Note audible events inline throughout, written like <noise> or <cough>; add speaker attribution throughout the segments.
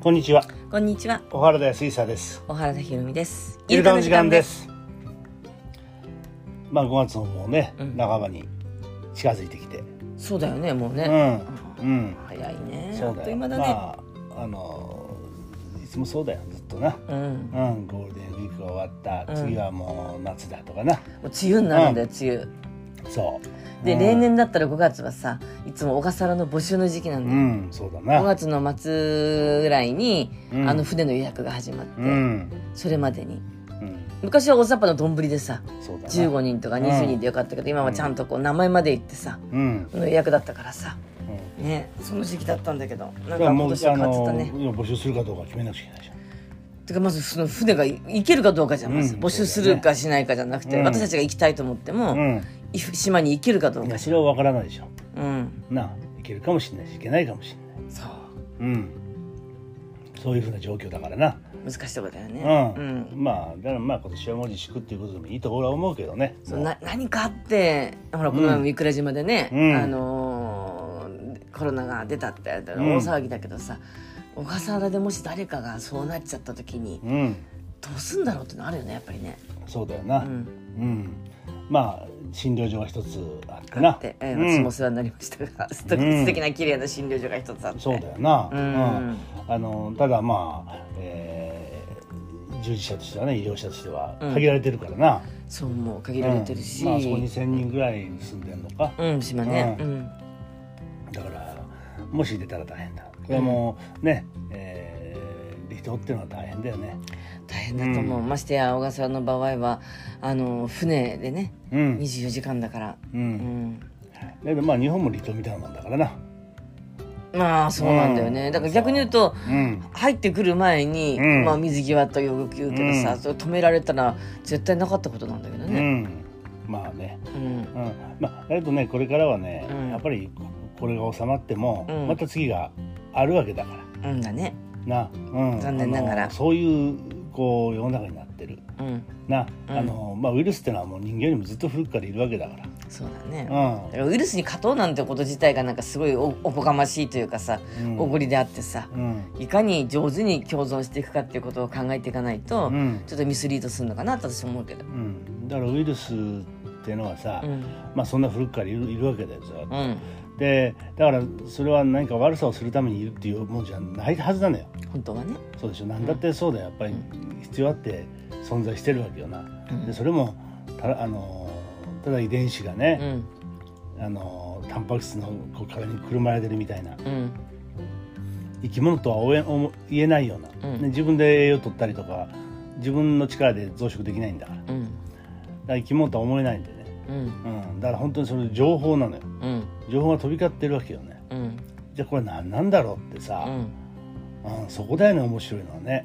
Speaker 1: こんにちは。
Speaker 2: こんにちは、
Speaker 1: 小原田康久です。
Speaker 2: 小原田ひろみです。。
Speaker 1: イルカの時間ですす。まあ、5月ももうね、
Speaker 2: うん
Speaker 1: 半ばに近づいてきて。
Speaker 2: そうだよね、もう
Speaker 1: う
Speaker 2: ね。
Speaker 1: ん。うん。
Speaker 2: 早いね。
Speaker 1: そ
Speaker 2: あ
Speaker 1: う
Speaker 2: っ
Speaker 1: だ
Speaker 2: とい
Speaker 1: よ。
Speaker 2: う間だね。
Speaker 1: まあ、あの、いつもそうだよ、ずっとな。
Speaker 2: うん、も
Speaker 1: うん、ゴールデンウィークが終わった、
Speaker 2: うん
Speaker 1: 次はもう夏だとかな。
Speaker 2: う梅雨になるんだよ、梅雨。
Speaker 1: そう。
Speaker 2: で、
Speaker 1: うん
Speaker 2: 例。年だったら5月はさ、いつも小笠原の募集の時期なん
Speaker 1: う
Speaker 2: だよ。
Speaker 1: ん、そうだ
Speaker 2: 5
Speaker 1: な。
Speaker 2: 月の末ぐらいに、
Speaker 1: うん
Speaker 2: あの船の予約が始まって、
Speaker 1: うん。
Speaker 2: それまでに。
Speaker 1: うん。
Speaker 2: 昔は大雑把の丼でさ、
Speaker 1: そうだな。
Speaker 2: 15人とか20人でよかったけど、今はちゃんとこう名前まで言ってさ、
Speaker 1: うん。
Speaker 2: 予約だったからさ、
Speaker 1: うん
Speaker 2: ね、その時期だったんだけど、な
Speaker 1: だ
Speaker 2: ん
Speaker 1: か
Speaker 2: から
Speaker 1: も
Speaker 2: 今
Speaker 1: う、
Speaker 2: 年は
Speaker 1: あ
Speaker 2: 変わって
Speaker 1: の
Speaker 2: たね。、
Speaker 1: 募集するかどうか決めなくちゃいけないじゃん。
Speaker 2: てかまずその船が行けるかどうかじゃん、まず
Speaker 1: うん
Speaker 2: 募集するかしないかじゃなくて、
Speaker 1: うん
Speaker 2: 私たちが行きたいと思っても、
Speaker 1: うん。
Speaker 2: い島に行けるかどう
Speaker 1: いや
Speaker 2: か
Speaker 1: それは分からないでしょ
Speaker 2: うん
Speaker 1: なあいけるかもしれないしいけないかもし
Speaker 2: そう
Speaker 1: れないうんそういうふうな状況だからな
Speaker 2: 難しいとこだよ
Speaker 1: う
Speaker 2: ね
Speaker 1: ん、
Speaker 2: うん、
Speaker 1: まあだからまあ今年はもう自粛っていうことでもいいところは思うけどね
Speaker 2: そうな何かあってほらこの前も三倉島でね、
Speaker 1: うん
Speaker 2: あのーコロナが出たって大
Speaker 1: うん
Speaker 2: 騒ぎだけどさ、小笠原でもし誰かがそうなっちゃった時に
Speaker 1: うん
Speaker 2: どうすんだろうってのあるよねやっぱりね、
Speaker 1: そうだよな
Speaker 2: う
Speaker 1: うん、
Speaker 2: ん、
Speaker 1: まあ診療所が一つあって
Speaker 2: あ
Speaker 1: な
Speaker 2: って、えー
Speaker 1: うん
Speaker 2: 私もお世話になりましたが、素敵な綺麗な診療所が一つあって
Speaker 1: そうだよな、
Speaker 2: う
Speaker 1: うん
Speaker 2: ん
Speaker 1: あのただまあ、えー従事者としてはね医療者としては
Speaker 2: うん
Speaker 1: 限られてるからな、
Speaker 2: そう思う限られてるし、
Speaker 1: うんまあそこに1,000人ぐらい住んでるのか、
Speaker 2: うん島ね
Speaker 1: う
Speaker 2: うんん、
Speaker 1: だからもし出たら大変だこれはもうね、えー、離島っていうのは大変だよね
Speaker 2: 大変だと思う、
Speaker 1: うん
Speaker 2: ましてや小笠原の場合はあの船でね
Speaker 1: うん、
Speaker 2: 24時間だから、
Speaker 1: う、
Speaker 2: うんん、
Speaker 1: だけどまあ日本も離島みたいなもんだからな
Speaker 2: まあそうなんだよね、
Speaker 1: うん
Speaker 2: だから逆に言うと
Speaker 1: うん
Speaker 2: 入ってくる前に、
Speaker 1: うん
Speaker 2: まあ、水際と呼ぶけどさ、
Speaker 1: うん
Speaker 2: それ止められたら絶対なかったことなんだけど
Speaker 1: う
Speaker 2: ね、
Speaker 1: んまあね、
Speaker 2: うん
Speaker 1: うんまあ、だけどねこれからはね、
Speaker 2: うん
Speaker 1: やっぱりこれが収まっても、
Speaker 2: うん
Speaker 1: また次があるわけだから
Speaker 2: うん、だね、
Speaker 1: な、うん、
Speaker 2: 残念ながら
Speaker 1: あのそういうこう世の中になってる
Speaker 2: うん、
Speaker 1: な、
Speaker 2: うん
Speaker 1: あのまあ、ウイルスってのはもう人間よりもずっと古くからいるわけだから。
Speaker 2: そうだね、
Speaker 1: うん
Speaker 2: だからウイルスに勝とうなんてこと自体がなんかすごいおおこがましいというかさ
Speaker 1: うん
Speaker 2: おごりであってさ、
Speaker 1: うん
Speaker 2: いかに上手に共存していくかっていうことを考えていかないと、
Speaker 1: うん
Speaker 2: ちょっとミスリードするのかなと私は思うけど。
Speaker 1: うん、だからウイルスっていうのはさ、
Speaker 2: うん。
Speaker 1: まあそんな古くからいるいるわけだよずっ
Speaker 2: う
Speaker 1: と
Speaker 2: ん。
Speaker 1: でだからそれは何か悪さをするためにいるっていうもんじゃないはずなのよ
Speaker 2: 本当はね。
Speaker 1: そうでしょ何だってそうだよやっぱり必要あって存在してるわけよな、
Speaker 2: うん
Speaker 1: でそれもたあのただ遺伝子が
Speaker 2: う
Speaker 1: ね、
Speaker 2: ん。
Speaker 1: あのタンパク質のこう体にくるまれてるみたいな
Speaker 2: うん。
Speaker 1: 生き物とはおえおも言えないような、
Speaker 2: うん
Speaker 1: ね自分で栄養取ったりとか自分の力で増殖できないんだからだか
Speaker 2: うん。
Speaker 1: ら生き物とは思えないんでね
Speaker 2: うん。
Speaker 1: うん、だから本当にそれ情報なのよ
Speaker 2: うん。
Speaker 1: 情報が飛び交ってるわけよね
Speaker 2: うん。
Speaker 1: じゃあこれ何なんだろうってさ、うんそこだよね面白いのはね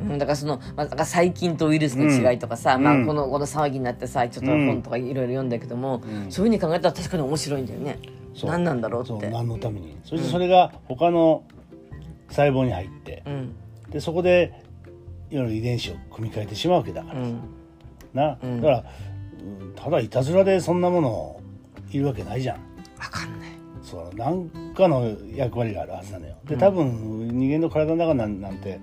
Speaker 2: うん。だからその、まあ、だから細菌とウイルスの違いとかさ、
Speaker 1: うん
Speaker 2: ま
Speaker 1: う
Speaker 2: あ
Speaker 1: ん
Speaker 2: このこの騒ぎになってさちょっと本とかいろいろ読んだけども、
Speaker 1: うん
Speaker 2: そういうふうに考えたら確かに面白いんだよね。
Speaker 1: そう
Speaker 2: 何なんだろう
Speaker 1: そう
Speaker 2: って。
Speaker 1: 何のためにそしてそれが他の細胞に入って
Speaker 2: うん。
Speaker 1: でそこでいわゆる遺伝子を組み替えてしまうわけだか
Speaker 2: う
Speaker 1: ら、
Speaker 2: ん。
Speaker 1: な、
Speaker 2: うん
Speaker 1: だから、うんただいたずらでそんなものいるわけないじゃん
Speaker 2: わかんない。
Speaker 1: そう何かの役割があるはずなのよで多分人間の体の中なんなんて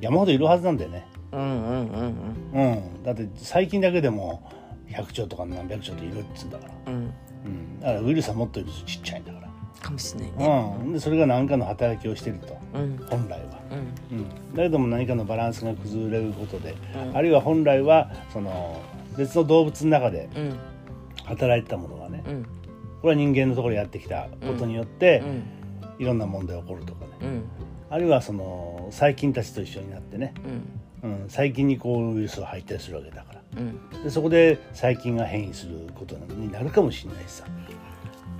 Speaker 1: 山ほどいるはずなんだよね
Speaker 2: うんうんうん
Speaker 1: うん、だって最近だけでも100兆とか何百兆といるっつうんだから、
Speaker 2: うん。うん。
Speaker 1: うん、だからウイルスはもっといるしちっちゃいんだから、
Speaker 2: かもしれないね。
Speaker 1: うん、でそれが何かの働きをしてると
Speaker 2: うん。
Speaker 1: 本来は、
Speaker 2: うん。
Speaker 1: うん、だけども何かのバランスが崩れることで、
Speaker 2: うん
Speaker 1: あるいは本来はその別の動物の中で
Speaker 2: うん。
Speaker 1: 働いてたものがね
Speaker 2: うん。
Speaker 1: これは人間のところでやってきたことによって
Speaker 2: う、ん。
Speaker 1: いろんな問題が起こるとかね
Speaker 2: うん。
Speaker 1: あるいはその細菌たちと一緒になってね、
Speaker 2: うん。
Speaker 1: うん、細菌にこうウイルスが入ったりするわけだから。
Speaker 2: うん。
Speaker 1: でそこで細菌が変異することになるかもしれないしさ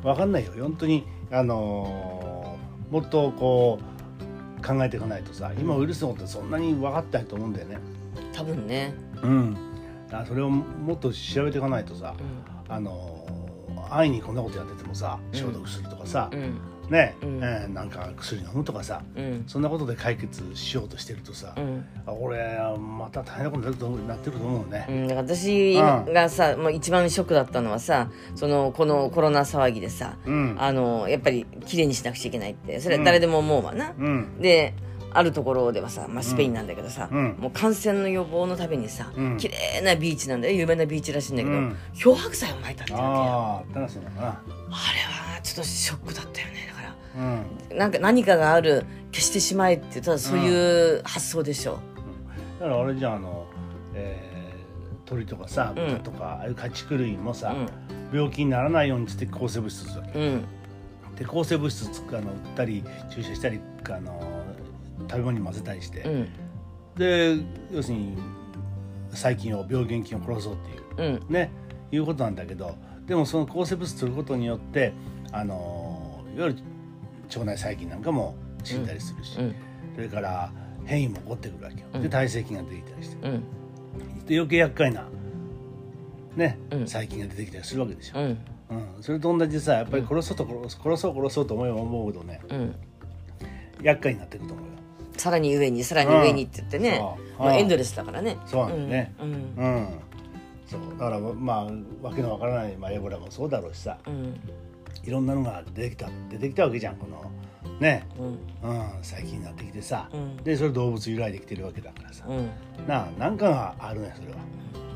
Speaker 1: 分かんないよ本当にあのーもっとこう考えていかないとさ今ウイルスのことってそんなに分かってないと思うんだよね
Speaker 2: 多分ね。
Speaker 1: うんあそれをもっと調べていかないとさ
Speaker 2: うん。
Speaker 1: あのー安易にこんなことやっててもさ消毒するとかさ、
Speaker 2: うん
Speaker 1: ね、
Speaker 2: うん
Speaker 1: えーなんか薬飲むとかさ
Speaker 2: うん
Speaker 1: そんなことで解決しようとしてるとさ、
Speaker 2: うん
Speaker 1: あ俺また大変なことになると思うなってると思うね
Speaker 2: う。ん、だから私がさ、もう一番ショックだったのはさそのこのコロナ騒ぎでさ、
Speaker 1: うん
Speaker 2: あのやっぱり綺麗にしなくちゃいけないってそれは誰でも思うわ
Speaker 1: う
Speaker 2: な、
Speaker 1: ん
Speaker 2: であるところではさ、まあ、スペインなんだけどさ、
Speaker 1: うん
Speaker 2: もう感染の予防のためにさ、
Speaker 1: うん
Speaker 2: 綺麗なビーチなんだよ有名なビーチらしいんだけど、
Speaker 1: うん
Speaker 2: 漂白剤をまいたっていうわけよ
Speaker 1: ああ楽しいのか
Speaker 2: あれはちょっとショックだったよねだから
Speaker 1: なうん
Speaker 2: なんか何かがある消してしまえってただそういう発想でしょ、
Speaker 1: だからあれじゃんあの、えー鳥とかさ
Speaker 2: うん
Speaker 1: 豚とか、ああいう家畜類も
Speaker 2: う
Speaker 1: さ、
Speaker 2: ん
Speaker 1: 病気にならないようにして抗生物質だ
Speaker 2: うん
Speaker 1: で抗生物質あの売ったり注射したりあの食べ物に混ぜたりして、
Speaker 2: うん
Speaker 1: で要するに細菌を病原菌を殺そうっていう
Speaker 2: うん
Speaker 1: ねいうことなんだけどでもその抗生物質することによってあのいわゆる腸内細菌なんかも死んだりするし、
Speaker 2: うん
Speaker 1: それから変異も起こってくるわけよ。
Speaker 2: う
Speaker 1: で
Speaker 2: ん
Speaker 1: 耐性菌が出てきたりして。
Speaker 2: うん
Speaker 1: で余計厄介な、ね
Speaker 2: うん
Speaker 1: 細菌が出てきたりするわけでしょ、
Speaker 2: うん
Speaker 1: うんそれと同じでさやっぱり殺そうと殺す殺そう殺そうと思えば思うほどね
Speaker 2: うん
Speaker 1: 厄介になってくると思うよ
Speaker 2: さらに上にさらに上にって言ってね、
Speaker 1: うん
Speaker 2: まあ、
Speaker 1: うん
Speaker 2: エンドレスだからね
Speaker 1: そうなんだよね
Speaker 2: うんうん
Speaker 1: うんそうだからまあわけのわからない、まあ、エボラもそうだろうしさ
Speaker 2: うん
Speaker 1: いろんなのが出てきた出てきたわけじゃんこのね
Speaker 2: うん
Speaker 1: うん細菌になってきてさ、
Speaker 2: うん
Speaker 1: でそれ動物由来できてるわけだからさ、
Speaker 2: うん
Speaker 1: なあなんかがあるねそれは、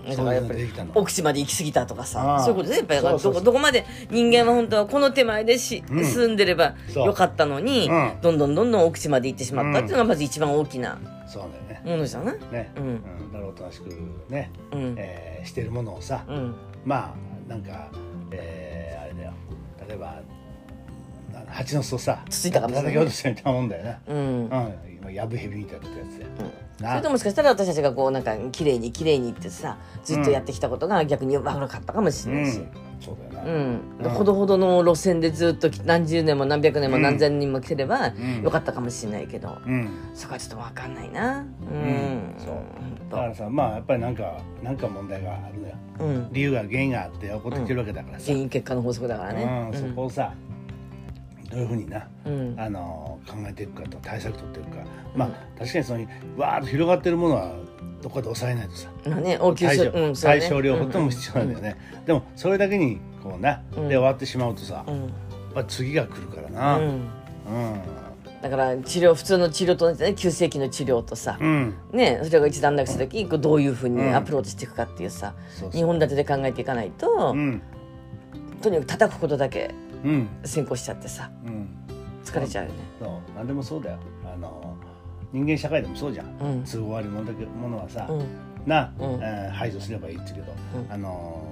Speaker 2: だ
Speaker 1: そ
Speaker 2: か
Speaker 1: う
Speaker 2: ら
Speaker 1: い
Speaker 2: や
Speaker 1: うの
Speaker 2: っ
Speaker 1: が
Speaker 2: ぱり
Speaker 1: 出てきたの
Speaker 2: 奥地まで行き過ぎたとか
Speaker 1: あ
Speaker 2: さ
Speaker 1: あ
Speaker 2: そういうことねやっぱりだから
Speaker 1: そうそう
Speaker 2: ど
Speaker 1: そう
Speaker 2: こどこまで人間は本当はこの手前でし、
Speaker 1: うん
Speaker 2: 住んでれば
Speaker 1: そう
Speaker 2: よかったのに、
Speaker 1: うん
Speaker 2: どんどんどんどん奥地まで行ってしまったっていうのがまず一番大きな
Speaker 1: そうだよね
Speaker 2: ものじゃない
Speaker 1: ね、
Speaker 2: うん
Speaker 1: だからおとなしくね、
Speaker 2: うん
Speaker 1: えーしてるものをさ、
Speaker 2: うん
Speaker 1: まあなんか、えーあれだよ例えばな蜂の巣をさ
Speaker 2: つついたかもしれない
Speaker 1: 叩き落としたみたいなもんだよな
Speaker 2: うん
Speaker 1: うん今やぶ蛇みたいなやつだよ、
Speaker 2: そ
Speaker 1: な
Speaker 2: れともしかしたら私たちがこうなんか綺麗に綺麗にってさずっとやってきたことが逆に悪かったかもし
Speaker 1: う
Speaker 2: れないし、
Speaker 1: んそうだよな、
Speaker 2: うん
Speaker 1: うん
Speaker 2: ほどほどの路線でずっと何十年も何百年も何千人も来てれば
Speaker 1: ん
Speaker 2: よかったかもしれないけど、
Speaker 1: うん
Speaker 2: そこはちょっと分かんないなうん、
Speaker 1: うんそう
Speaker 2: 本
Speaker 1: だからさまあやっぱりなんかなんか問題があるのよ
Speaker 2: 当うん
Speaker 1: 理由が原因があって起こってきてるわけだからさ、
Speaker 2: 原因結果の法則だからね
Speaker 1: うんそこをさどういうふうにな
Speaker 2: うん
Speaker 1: あの考えていくかと対策取っていくかまあ、確かにそのわーっと広がってるものはどこかで抑えないとさ
Speaker 2: まあね応急
Speaker 1: 対
Speaker 2: 処
Speaker 1: 症,、
Speaker 2: うんそう
Speaker 1: 対
Speaker 2: だね
Speaker 1: 症療法とも必要なんだよね、でもそれだけにこうな、
Speaker 2: うん
Speaker 1: で終わってしまうとさ、
Speaker 2: う
Speaker 1: やっ
Speaker 2: ん
Speaker 1: ぱ次が来るから
Speaker 2: う
Speaker 1: なうん
Speaker 2: ん
Speaker 1: うん、
Speaker 2: だから治療普通の治療と同じだね急性期の治療とさ、ね、それが一段落した時こうどういうふう
Speaker 1: う
Speaker 2: に
Speaker 1: ん
Speaker 2: アプローチしていくかっていうさ、
Speaker 1: そう
Speaker 2: 日
Speaker 1: そう
Speaker 2: 本立てで考えていかないと、
Speaker 1: うん
Speaker 2: とにかく叩くことだけ
Speaker 1: うん
Speaker 2: 先行しちゃってさ
Speaker 1: うん
Speaker 2: 疲れちゃうよね。
Speaker 1: そう何でもそうだよあの人間社会でもそうじゃん、
Speaker 2: うん
Speaker 1: 都合悪いもんだけものはさ、
Speaker 2: うん
Speaker 1: な、
Speaker 2: うん
Speaker 1: えー排除すればいいって言うけど、
Speaker 2: うん
Speaker 1: あの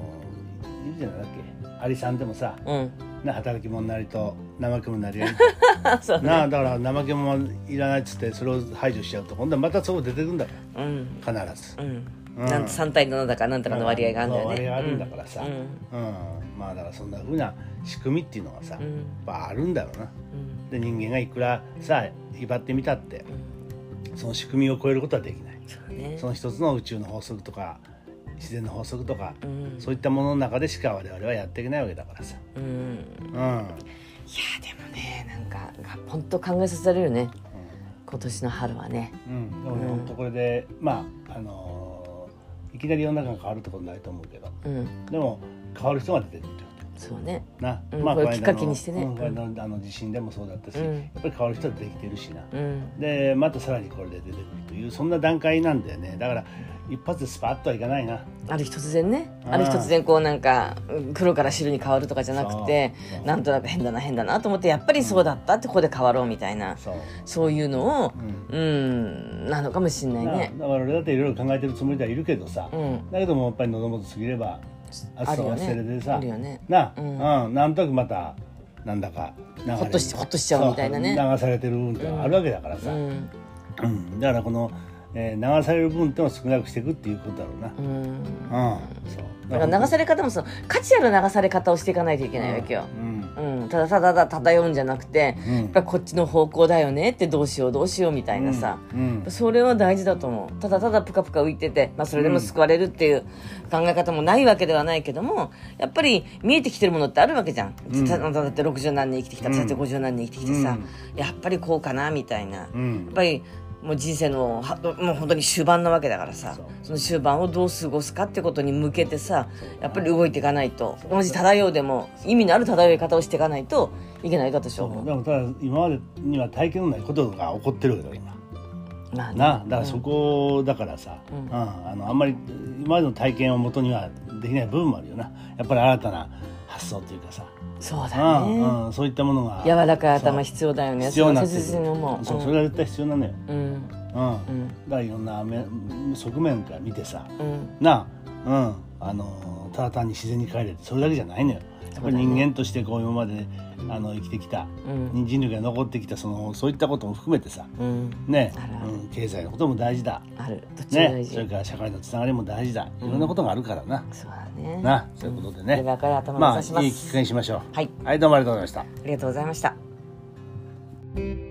Speaker 1: いるじゃないだっけアリさんでもさ
Speaker 2: うん、
Speaker 1: な働き者になりと怠け者になりやり
Speaker 2: あ <laughs> そう
Speaker 1: なあだから怠け者いらないっつってそれを排除しちゃうと今度はまたそこ出てくんだか
Speaker 2: うん
Speaker 1: ら必ず。
Speaker 2: うん、
Speaker 1: うん
Speaker 2: なん3対7だかなんたらの割合があるんだよね。
Speaker 1: 割合があるんだからさ、
Speaker 2: う
Speaker 1: うんんまあだからそんなふうな仕組みっていうのがさ、
Speaker 2: うん
Speaker 1: やっぱあるんだろうな。
Speaker 2: うん
Speaker 1: で人間がいくらさ威張ってみたって
Speaker 2: うん
Speaker 1: その仕組みを超えることはできない。
Speaker 2: そうね
Speaker 1: その一つの宇宙の法則とか自然の法則とか、
Speaker 2: うん
Speaker 1: そういったものの中でしか我々はやっていけないわけだからさ。
Speaker 2: うん、いや
Speaker 1: うん、うん
Speaker 2: でもねなんか本当考えさせられるね今年の春はね。
Speaker 1: うん、でもね
Speaker 2: うん
Speaker 1: ほんとこれでまああのーいきなり世の中が変わるってことないと思うけど
Speaker 2: うん、
Speaker 1: でも変わる人が出てるってこと
Speaker 2: そうね
Speaker 1: な、
Speaker 2: うん
Speaker 1: まあ
Speaker 2: これ
Speaker 1: の
Speaker 2: きっかけにしてね
Speaker 1: うんこの間のあの地震でもそうだったし、
Speaker 2: うん
Speaker 1: やっぱり変わる人は出てきてるしな、
Speaker 2: うん
Speaker 1: でまたさらにこれで出てくるというそんな段階なんだよねだから一発でスパッとはいかないな
Speaker 2: ある日突然ね
Speaker 1: うん
Speaker 2: ある日突然こうなんかうん黒から白に変わるとかじゃなくて
Speaker 1: そう
Speaker 2: なんとなく変だな変だなと思ってやっぱりそうだったってここで変わろうみたいな
Speaker 1: そう、
Speaker 2: そういうのを
Speaker 1: うん
Speaker 2: うんなのかもしれない
Speaker 1: な
Speaker 2: ね。
Speaker 1: だから俺だっていろいろ考えてるつもりではいるけどさ、
Speaker 2: うん
Speaker 1: だけどもやっぱり喉元過ぎれば
Speaker 2: あるよ
Speaker 1: 忘れ
Speaker 2: ね
Speaker 1: て。さ
Speaker 2: あるよね。
Speaker 1: な、
Speaker 2: う
Speaker 1: うんんなんとなくまたなんだか流れ
Speaker 2: ほっとしほっとしちゃうみたいなね
Speaker 1: そう流されてる部分ってのがあるわけだから
Speaker 2: う
Speaker 1: さ、
Speaker 2: ん
Speaker 1: うんだからこの、えー流される部分ってのを少なくしていくっていうことだろうな
Speaker 2: うん。
Speaker 1: うんそう
Speaker 2: だから流され方もその価値ある流され方をしていかないといけないわけよ。
Speaker 1: うん
Speaker 2: うん、ただただただ漂うんじゃなくて、
Speaker 1: うん
Speaker 2: やっぱりこっちの方向だよねってどうしようどうしようみたいなさ、
Speaker 1: うん
Speaker 2: それは大事だと思うただただプカプカ浮いてて、まあ、それでも救われるっていう考え方もないわけではないけどもやっぱり見えてきてるものってあるわけじゃん、
Speaker 1: うん
Speaker 2: ただって60何年生きてきた
Speaker 1: うん
Speaker 2: だって50何年生きてきてさ、やっぱりこうかなみたいな、
Speaker 1: う
Speaker 2: や
Speaker 1: ん
Speaker 2: っぱりもう人生のはもう本当に終盤なわけだからさ
Speaker 1: そう
Speaker 2: その終盤をどう過ごすかってことに向けてさやっぱり動いていかないと同じ漂うでも意味のある漂い方をしていかないといけないかとし
Speaker 1: そ
Speaker 2: ょ
Speaker 1: う
Speaker 2: う
Speaker 1: でもただ今までには体験のないことが起こってるわけだから今
Speaker 2: まあね
Speaker 1: なだからそこだからさ、
Speaker 2: うん
Speaker 1: うんあのあんまり今までの体験をもとにはできない部分もあるよなやっぱり新たな発想というかさ、
Speaker 2: そう
Speaker 1: う
Speaker 2: だね
Speaker 1: んうん、そういったものが
Speaker 2: 柔らかい頭
Speaker 1: そう
Speaker 2: 必要だよね
Speaker 1: 必要になって
Speaker 2: そ
Speaker 1: く
Speaker 2: れ
Speaker 1: る
Speaker 2: は切に思う
Speaker 1: そう
Speaker 2: うん
Speaker 1: それは絶対必要なのよ、
Speaker 2: う
Speaker 1: う
Speaker 2: ん
Speaker 1: ん
Speaker 2: うん
Speaker 1: だからいろんな面側面から見てさ
Speaker 2: うん
Speaker 1: なあ,、うん、あのただ単に自然に帰れてそれだけじゃないのよやっぱり人間としてこう今まであの生きてきた
Speaker 2: うん
Speaker 1: 人類が残ってきたそのそういったことも含めてさ
Speaker 2: うん
Speaker 1: ね
Speaker 2: あるあ、る
Speaker 1: うん、経済のことも大事だ
Speaker 2: あるどっちも
Speaker 1: ね
Speaker 2: 大事
Speaker 1: それから社会のつながりも大事だいろんなことがあるからな、
Speaker 2: そうだね
Speaker 1: なそういうことでね
Speaker 2: 柔らかい頭を
Speaker 1: ま
Speaker 2: 目
Speaker 1: あい
Speaker 2: 指
Speaker 1: い機
Speaker 2: します
Speaker 1: 会にしましょう
Speaker 2: はい
Speaker 1: はいどうもありがとうございました
Speaker 2: ありがとうございました